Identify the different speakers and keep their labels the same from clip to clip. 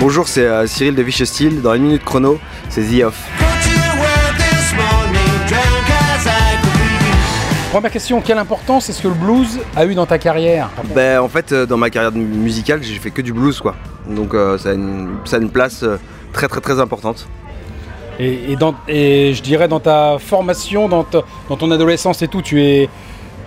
Speaker 1: Bonjour, c'est euh, Cyril de Vicious Steel. Dans une minute chrono, c'est The Off.
Speaker 2: Première question, quelle importance est-ce que le blues a eu dans ta carrière
Speaker 1: Ben, en fait, euh, dans ma carrière de- musicale, j'ai fait que du blues, quoi. Donc, euh, ça, a une, ça a une place euh, très, très, très importante.
Speaker 2: et, et dans- et je dirais dans ta formation, dans, ta- dans ton adolescence et tout, tu es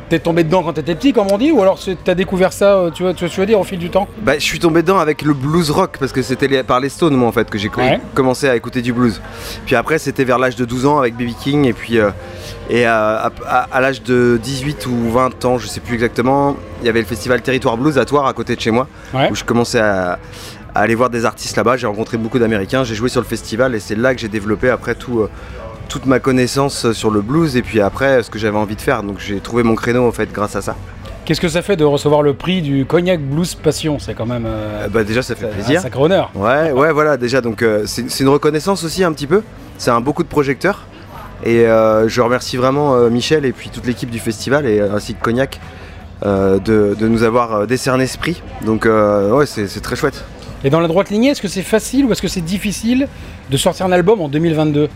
Speaker 2: t'es tombé dedans quand t'étais petit, comme on dit, ou alors c'est- t'as découvert ça, euh, tu vois, tu vois- tu veux dire, au fil du temps
Speaker 1: Ben, je suis tombé dedans avec le blues rock, parce que c'était les- par les Stones, moi, en fait, que j'ai co-
Speaker 2: Ouais.
Speaker 1: commencé à écouter du blues. Puis après, c'était vers l'âge de 12 ans avec B.B. King, et puis euh, et, euh, à, à- à l'âge de 18 ou 20 ans, je sais plus exactement, il y avait le festival Territoire Blues à Toire, à côté de chez moi,
Speaker 2: Ouais.
Speaker 1: où je commençais à, à aller voir des artistes là-bas. J'ai rencontré beaucoup d'Américains, j'ai joué sur le festival, et c'est là que j'ai développé après tout. euh, toute ma connaissance euh, sur le blues et puis après euh, ce que j'avais envie de faire donc j'ai trouvé mon créneau en fait grâce à ça
Speaker 2: Qu'est-ce que ça fait de recevoir le prix du Cognac Blues Passion C'est quand même euh,
Speaker 1: Euh, bah déjà ça fait
Speaker 2: un
Speaker 1: plaisir
Speaker 2: sacré honneur.
Speaker 1: Ouais, ouais, voilà, déjà, donc euh, c'est c'est une reconnaissance aussi un petit peu. C'est un beau coup de projecteur. Et euh, je remercie vraiment euh, Michel et puis toute l'équipe du festival et euh, ainsi que Cognac euh, de, de nous avoir euh, décerné ce prix. Donc, euh, ouais, c'est c'est très chouette.
Speaker 2: Et dans la droite lignée, est-ce que c'est facile ou est-ce que c'est difficile de sortir un album en 2022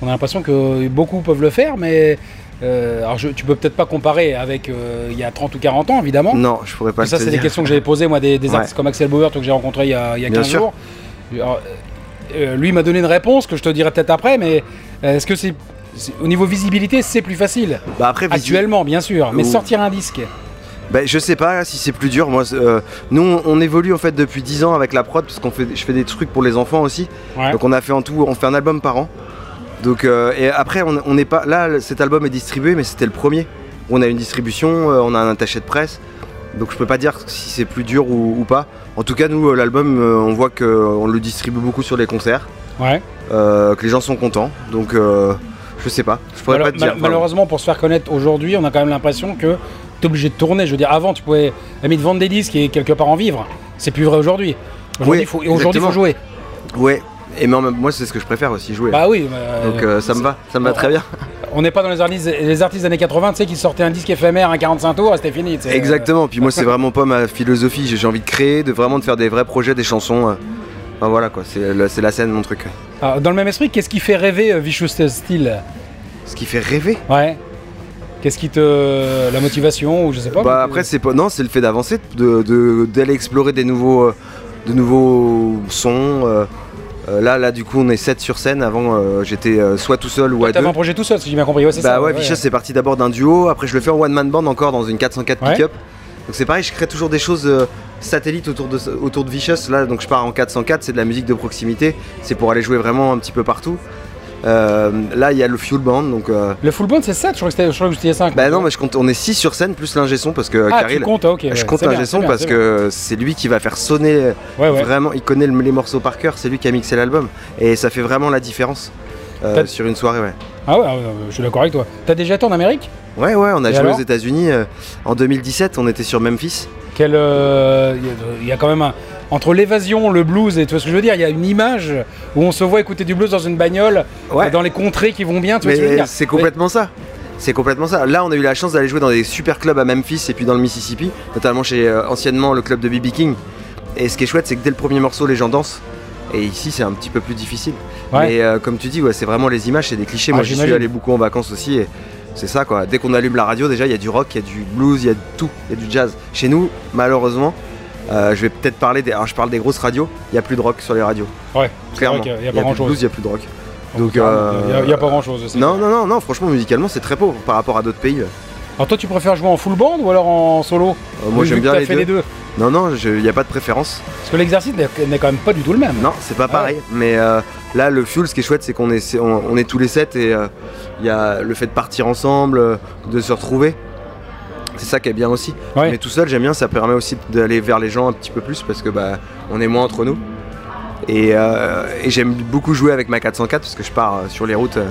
Speaker 2: On a l'impression que euh, beaucoup peuvent le faire, mais euh, alors je- tu peux peut-être pas comparer avec euh, il y a 30 ou 40 ans, évidemment.
Speaker 1: Non, je pourrais pas
Speaker 2: Mais ça,
Speaker 1: le te
Speaker 2: c'est des
Speaker 1: dire.
Speaker 2: questions que j'avais posées, moi, des, des
Speaker 1: Ouais.
Speaker 2: artistes comme Axel Bauer, toi, que j'ai rencontré il y a, il y a
Speaker 1: Bien
Speaker 2: 15
Speaker 1: sûr.
Speaker 2: jours. Alors, euh, lui m'a donné une réponse que je te dirai peut-être après, mais euh, est-ce que c'est c'est- au niveau visibilité, c'est plus facile
Speaker 1: Bah, après, visu-
Speaker 2: Actuellement, bien sûr, mais
Speaker 1: Ou-
Speaker 2: sortir un disque.
Speaker 1: Bah, je sais pas si c'est plus dur. Moi, c'est, euh, nous, on, on évolue en fait depuis 10 ans avec la prod parce qu'on fait, je fais des trucs pour les enfants aussi.
Speaker 2: Ouais.
Speaker 1: Donc on a fait en tout, on fait un album par an. Donc euh, et après on on n'est pas là, le- cet album est distribué, mais c'était le premier. On a une distribution, euh, on a un attaché de presse. Donc je peux pas dire si c'est plus dur ou, ou pas. En tout cas, nous euh, l'album, euh, on voit que euh, on le distribue beaucoup sur les concerts,
Speaker 2: ouais.
Speaker 1: euh, que les gens sont contents. Donc euh, je sais pas, je pourrais
Speaker 2: Malo-
Speaker 1: pas te dire.
Speaker 2: mal- malheureusement, pour se faire connaître aujourd'hui, on a quand même l'impression que t'es obligé de tourner. Je veux dire, avant, tu pouvais limite vendre des disques et quelque part en vivre. C'est plus vrai aujourd'hui. Aujourd'hui,
Speaker 1: Oui,
Speaker 2: il faut- et aujourd'hui, faut
Speaker 1: exactement.
Speaker 2: jouer.
Speaker 1: Pardon. Ouais. Et mais en même- moi c'est ce que je préfère aussi jouer.
Speaker 2: Bah oui. euh,
Speaker 1: Donc euh, ça me va, ça me va
Speaker 2: on-
Speaker 1: très bien.
Speaker 2: On n'est pas dans les artistes, les artistes des années 80, tu sais, qui sortaient un disque éphémère, un 45 tours, et c'était fini. tu sais.
Speaker 1: Exactement. Puis moi c'est vraiment pas ma philosophie. J'ai j'ai envie de créer, de vraiment de faire des vrais projets, des chansons. euh. Enfin, voilà quoi, c'est le- c'est la scène mon truc.
Speaker 2: Alors, Ah, dans le même esprit, qu'est-ce qui fait rêver euh, Vicious Steel
Speaker 1: Ce qui fait rêver.
Speaker 2: Ouais. Qu'est-ce qui te. La motivation, ou je sais pas.
Speaker 1: bah
Speaker 2: mais-
Speaker 1: après c'est pas non, c'est le fait d'avancer, de de- d'aller explorer des nouveaux euh, de nouveaux sons. euh, euh, là là du coup on est 7 sur scène. Avant euh, j'étais euh, soit tout seul ou à deux.
Speaker 2: T'avais un projet tout seul, si j'ai bien compris. Ouais, c'est
Speaker 1: Bah
Speaker 2: ça.
Speaker 1: ouais, Vicious c'est parti d'abord d'un duo, après je le fais en one man band encore dans une 404
Speaker 2: Ouais.
Speaker 1: pick-up. Donc c'est pareil, je crée toujours des choses euh, satellites autour de, autour de Vicious. Là donc je pars en 404, c'est de la musique de proximité, c'est pour aller jouer vraiment un petit peu partout. Euh, là il y a le Fuel Band donc. euh,
Speaker 2: Le full band, c'est 7, je crois que c'était- je crois que c'était 5.
Speaker 1: bah non mais je compte, on est 6 sur scène plus l'ingé son parce que
Speaker 2: Ah,
Speaker 1: Karil-
Speaker 2: tu comptes, ah, ok.
Speaker 1: je
Speaker 2: ouais,
Speaker 1: compte
Speaker 2: c'est bien,
Speaker 1: l'ingé son
Speaker 2: c'est bien,
Speaker 1: parce
Speaker 2: c'est
Speaker 1: que c'est lui qui va faire sonner euh,
Speaker 2: bien. Ouais, ouais.
Speaker 1: vraiment, il connaît le- les morceaux par cœur, c'est lui qui a mixé l'album et ça fait vraiment la différence euh,
Speaker 2: T'as-
Speaker 1: sur une soirée. Ouais,
Speaker 2: Ah ouais, ouais, ouais, je suis d'accord avec toi. T'as déjà été en Amérique
Speaker 1: ouais, ouais on a
Speaker 2: Et
Speaker 1: joué
Speaker 2: alors
Speaker 1: aux États-Unis euh, en 2017, on était sur Memphis.
Speaker 2: Quel, euh, Il y a- il y, a quand même un... Entre l'évasion, le blues et tout ce que je veux dire, il y a une image où on se voit écouter du blues dans une bagnole,
Speaker 1: Ouais,
Speaker 2: dans les contrées qui vont bien, tu vois ce que je veux
Speaker 1: mais
Speaker 2: dire.
Speaker 1: c'est complètement ça. C'est complètement ça. Là, on a eu la chance d'aller jouer dans des super clubs à Memphis et puis dans le Mississippi, notamment chez euh, anciennement le club de BB King. Et ce qui est chouette, c'est que dès le premier morceau, les gens dansent. Et ici, c'est un petit peu plus difficile.
Speaker 2: Ouais.
Speaker 1: Mais euh, comme tu dis, ouais, c'est vraiment les images, c'est des clichés.
Speaker 2: Ah,
Speaker 1: Moi, j'y suis
Speaker 2: j'imagine.
Speaker 1: allé beaucoup en vacances aussi. Et c'est ça, quoi. Dès qu'on allume la radio, déjà, il y a du rock, il y a du blues, il y a de tout, il y a du jazz. Chez nous, malheureusement, euh, je vais peut-être parler des. Alors, je parle des grosses radios. Il n'y a plus de rock sur les radios.
Speaker 2: Ouais, c'est vrai
Speaker 1: Clairement.
Speaker 2: qu'il y a- il y a
Speaker 1: Il
Speaker 2: pas
Speaker 1: n'y a plus de
Speaker 2: grand-chose.
Speaker 1: blues, il n'y a plus de rock.
Speaker 2: Donc,
Speaker 1: Donc,
Speaker 2: il
Speaker 1: euh,
Speaker 2: n'y a, il y a pas grand chose.
Speaker 1: Non, non, non, non, franchement, musicalement, c'est très pauvre par rapport à d'autres pays.
Speaker 2: Alors, toi, tu préfères jouer en full band ou alors en solo
Speaker 1: Euh, moi,
Speaker 2: Vu
Speaker 1: j'aime
Speaker 2: que
Speaker 1: bien
Speaker 2: t'as
Speaker 1: les
Speaker 2: fait
Speaker 1: deux.
Speaker 2: les deux.
Speaker 1: Non, non, il n'y a pas de préférence.
Speaker 2: Parce que l'exercice n'est n'est quand même pas du tout le même.
Speaker 1: Non, c'est pas
Speaker 2: Ah ouais.
Speaker 1: pareil. Mais euh, là, le fuel, ce qui est chouette, c'est qu'on est, c'est- on, on est tous les sept et euh, il y a le fait de partir ensemble, euh, de se retrouver. C'est ça qui est bien aussi.
Speaker 2: Ouais.
Speaker 1: Mais tout seul, j'aime bien, ça permet aussi d'aller vers les gens un petit peu plus parce que bah, on est moins entre nous. Et, euh, et j'aime beaucoup jouer avec ma 404 parce que je pars euh, sur les routes euh,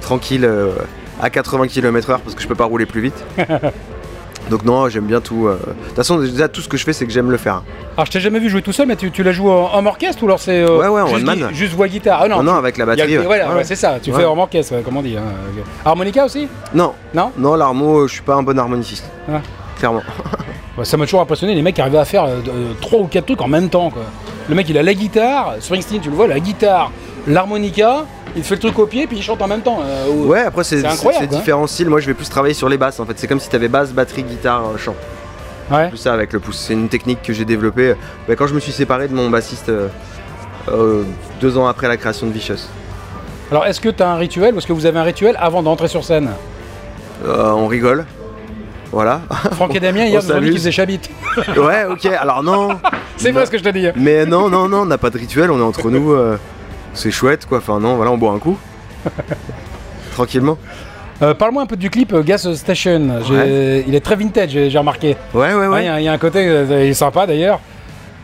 Speaker 1: tranquille euh, à 80 km/h parce que je peux pas rouler plus vite. Donc non, j'aime bien tout. euh. De toute façon, déjà tout ce que je fais, c'est que j'aime le faire.
Speaker 2: Alors, je t'ai jamais vu jouer tout seul, mais tu, tu la joues en, en orchestre ou alors c'est. euh,
Speaker 1: Ouais, ouais, en
Speaker 2: juste,
Speaker 1: one man.
Speaker 2: gui- juste voix guitare Ah non,
Speaker 1: Non, non, avec la
Speaker 2: il y a-
Speaker 1: batterie. ouais.
Speaker 2: voilà,
Speaker 1: Ouais,
Speaker 2: ouais,
Speaker 1: ouais.
Speaker 2: c'est ça, tu
Speaker 1: Ouais.
Speaker 2: fais en orchestre, ouais, comment on dit. hein, ok. Harmonica aussi
Speaker 1: Non,
Speaker 2: Non Ah.
Speaker 1: non, l'armo, euh, je suis pas un bon harmoniciste.
Speaker 2: Ouais.
Speaker 1: Clairement.
Speaker 2: euh, Bah, ça m'a toujours impressionné les mecs qui arrivaient à faire 3 ou 4 trucs en même temps quoi. Le mec, il a la guitare, Springsteen, tu le vois, la guitare, l'harmonica, il fait le truc au pied, puis il chante en même temps. euh, au-
Speaker 1: Ouais, après c'est
Speaker 2: C'est
Speaker 1: c'est-
Speaker 2: incroyable,
Speaker 1: c'est
Speaker 2: hein.
Speaker 1: différents styles. Moi je vais plus travailler sur les basses en fait. C'est comme si t'avais basse, batterie, guitare, euh, chant.
Speaker 2: Ouais.
Speaker 1: Tout ça avec le pouce. C'est une technique que j'ai développée euh, bah, quand je me suis séparé de mon bassiste euh, euh, deux ans après la création de Vicious.
Speaker 2: Alors, est-ce que tu as un rituel ou est-ce que vous avez un rituel avant d'entrer sur scène
Speaker 1: Euh, on rigole. Voilà.
Speaker 2: Franck et Damien, hier,
Speaker 1: on
Speaker 2: nous ont dit
Speaker 1: s'amuse.
Speaker 2: qu'ils faisaient chabite.
Speaker 1: ouais, ok. Alors non.
Speaker 2: C'est
Speaker 1: Non.
Speaker 2: vrai ce que je te dis.
Speaker 1: Mais non, non, non, on n'a pas de rituel, on est entre nous. euh, c'est chouette quoi. Enfin non, voilà, on boit un coup. Tranquillement.
Speaker 2: Euh, Parle-moi un peu du clip euh, Gas Station. J'ai- Il est très vintage, j'ai j'ai remarqué.
Speaker 1: Ouais, Ah ouais, ouais.
Speaker 2: Ouais, Ah, Il y a- il y, a un côté euh, il est sympa d'ailleurs.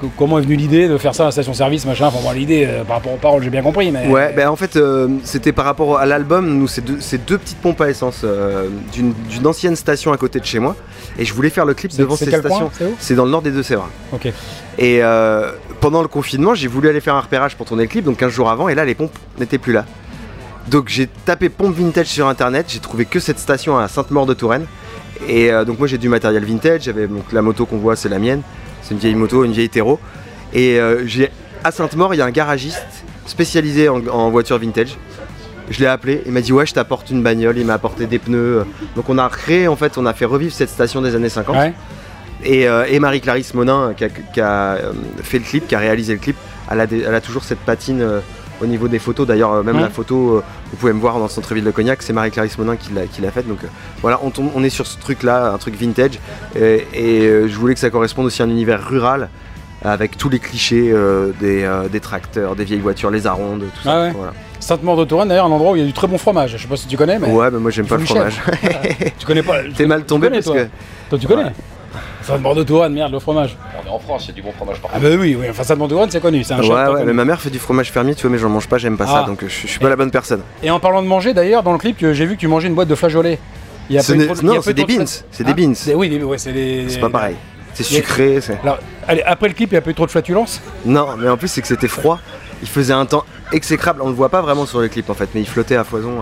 Speaker 2: Co- Comment est venue l'idée de faire ça à la station-service, machin Enfin, bon, l'idée, euh, par rapport aux paroles, j'ai bien compris, mais...
Speaker 1: Ouais, ben en fait, euh, c'était par rapport à l'album. Nous, c'est deux, c'est deux petites pompes à essence euh, d'une d'une ancienne station à côté de chez moi. Et je voulais faire le clip
Speaker 2: C'est-
Speaker 1: devant
Speaker 2: c'est
Speaker 1: cette
Speaker 2: quel coin,
Speaker 1: station.
Speaker 2: c'est où
Speaker 1: C'est dans le nord des Deux-Sèvres.
Speaker 2: Ok.
Speaker 1: Et euh, pendant le confinement, j'ai voulu aller faire un repérage pour tourner le clip, donc 15 jours avant, et là, les pompes n'étaient plus là. Donc j'ai tapé pompe vintage sur internet, j'ai trouvé que cette station à Sainte-Maure-de-Touraine. Et euh, donc moi j'ai du matériel vintage, j'avais donc la moto qu'on voit, c'est la mienne, c'est une vieille moto, une vieille terreau. Et euh, j'ai à Sainte-Maure, il y a un garagiste spécialisé en, en voitures vintage. Je l'ai appelé, il m'a dit ouais je t'apporte une bagnole, il m'a apporté des pneus. Donc on a créé en fait, on a fait revivre cette station des années 50
Speaker 2: Ouais.
Speaker 1: et, euh, et Marie-Clarisse Monin euh, qui a, qui a, euh, fait le clip, qui a réalisé le clip, elle a, des- elle a toujours cette patine euh, au niveau des photos. D'ailleurs, euh, même
Speaker 2: Ouais.
Speaker 1: la photo, euh, vous pouvez me voir dans le centre-ville de Cognac, c'est Marie-Clarisse Monin qui l'a, qui l'a faite. Donc euh, voilà, on, tombe- on est sur ce truc-là, un truc vintage. Et, et, euh, je voulais que ça corresponde aussi à un univers rural avec tous les clichés euh, des, euh, des tracteurs, des vieilles voitures, les arondes, tout ça.
Speaker 2: Ah ouais.
Speaker 1: Voilà.
Speaker 2: Sainte-Maure-de-Touraine, d'ailleurs, un endroit où il y a du très bon fromage. Je sais pas si tu connais, mais...
Speaker 1: Ouais, mais moi j'aime
Speaker 2: Il
Speaker 1: pas
Speaker 2: faut
Speaker 1: le
Speaker 2: du chef.
Speaker 1: fromage.
Speaker 2: Tu connais pas... tu-
Speaker 1: T'es mal tombé
Speaker 2: connais,
Speaker 1: parce
Speaker 2: toi.
Speaker 1: que.
Speaker 2: Toi, tu connais
Speaker 1: Ouais.
Speaker 2: Sainte-Maure-de-Touraine, merde, le fromage.
Speaker 3: On est en France, il y a du bon fromage partout.
Speaker 2: Ah bah oui, oui, enfin Sainte-Maure-de-Touraine, c'est connu, c'est un
Speaker 1: Ouais,
Speaker 2: chef très
Speaker 1: ouais,
Speaker 2: connu.
Speaker 1: mais ma mère fait du fromage fermier, tu vois, mais j'en mange pas, j'aime pas ça,
Speaker 2: Ah.
Speaker 1: donc euh, je je suis pas la bonne personne.
Speaker 2: Et en parlant de manger, d'ailleurs, dans le clip, tu- j'ai vu que tu mangeais une boîte de flageolets. Il y a
Speaker 1: Ce
Speaker 2: peu
Speaker 1: n'est-
Speaker 2: trop de- il y a
Speaker 1: non,
Speaker 2: peu
Speaker 1: c'est des
Speaker 2: trop de-
Speaker 1: beans. C'est des
Speaker 2: Hein
Speaker 1: beans.
Speaker 2: Des- Oui, des- ouais, c'est des...
Speaker 1: C'est pas pareil. C'est
Speaker 2: Il y a-
Speaker 1: sucré. c'est-
Speaker 2: Alors, allez, après le clip, il y a pas eu trop de flatulence
Speaker 1: Non, mais en plus, c'est que c'était froid. Il faisait un temps exécrable. On le voit pas vraiment sur le clip en fait, mais il flottait à foison.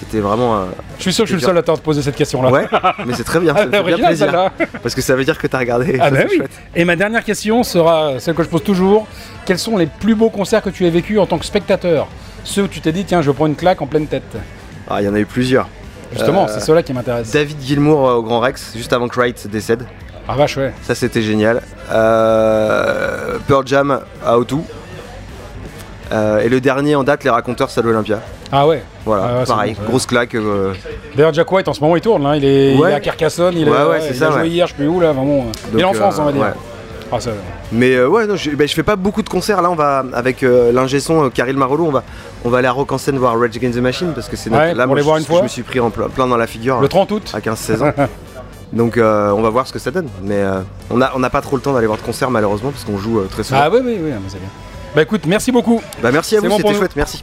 Speaker 1: C'était vraiment. euh,
Speaker 2: Je suis sûr que je suis le
Speaker 1: C'est
Speaker 2: seul à t'avoir posé cette question-là.
Speaker 1: Ouais, mais c'est très bien.
Speaker 2: Ah,
Speaker 1: Ça me fait bien
Speaker 2: original,
Speaker 1: plaisir.
Speaker 2: celle-là.
Speaker 1: Parce que ça veut dire que t'as regardé.
Speaker 2: Ah
Speaker 1: ça,
Speaker 2: bah
Speaker 1: c'est
Speaker 2: oui.
Speaker 1: chouette.
Speaker 2: Et ma dernière question sera celle que je pose toujours. Quels sont les plus beaux concerts que tu as vécu en tant que spectateur Ceux où tu t'es dit, tiens, je prends une claque en pleine tête.
Speaker 1: Ah, il y en a eu plusieurs.
Speaker 2: Justement,
Speaker 1: Euh,
Speaker 2: c'est ceux-là qui m'intéressent.
Speaker 1: David Gilmour euh, au Grand Rex, juste avant que Wright décède.
Speaker 2: Ah vache, ouais.
Speaker 1: Ça, c'était génial. Euh, Pearl Jam à Otou. Euh, et le dernier en date, les raconteurs, salle Olympia.
Speaker 2: Ah ouais.
Speaker 1: Voilà,
Speaker 2: Ah ouais, c'est
Speaker 1: pareil,
Speaker 2: bon, ça.
Speaker 1: grosse claque. euh,
Speaker 2: D'ailleurs, Jack White, en ce moment, il tourne. hein. Il, est, il
Speaker 1: Ouais.
Speaker 2: est à Carcassonne, il, est-
Speaker 1: Ouais, ouais, c'est
Speaker 2: il
Speaker 1: ça,
Speaker 2: a joué
Speaker 1: ouais.
Speaker 2: hier, je sais plus où, là, vraiment. il est en
Speaker 1: euh,
Speaker 2: France, on va dire.
Speaker 1: ouais.
Speaker 2: Ah, ça-
Speaker 1: Mais euh, ouais, non, je, ben, je fais pas beaucoup de concerts. Là, on va avec euh, l'ingé son euh, Karil Marolo, on va, on va aller à Rock en scène voir Rage Against the Machine parce que c'est notre-
Speaker 2: Ouais,
Speaker 1: là
Speaker 2: pour
Speaker 1: moi,
Speaker 2: les
Speaker 1: je,
Speaker 2: voir une
Speaker 1: je
Speaker 2: fois.
Speaker 1: me suis pris en plein, plein dans la figure
Speaker 2: Le 30 août
Speaker 1: à 15-16 ans. Donc euh, on va voir ce que ça donne. Mais euh, on n'a on n'a pas trop le temps d'aller voir de concert malheureusement parce qu'on joue euh, très souvent.
Speaker 2: Ah oui, oui, oui, ah, mais c'est bien. Bah écoute, merci beaucoup.
Speaker 1: Bah, merci à
Speaker 2: Ah, c'est
Speaker 1: vous,
Speaker 2: bon pour
Speaker 1: c'était
Speaker 2: nous.
Speaker 1: chouette, merci.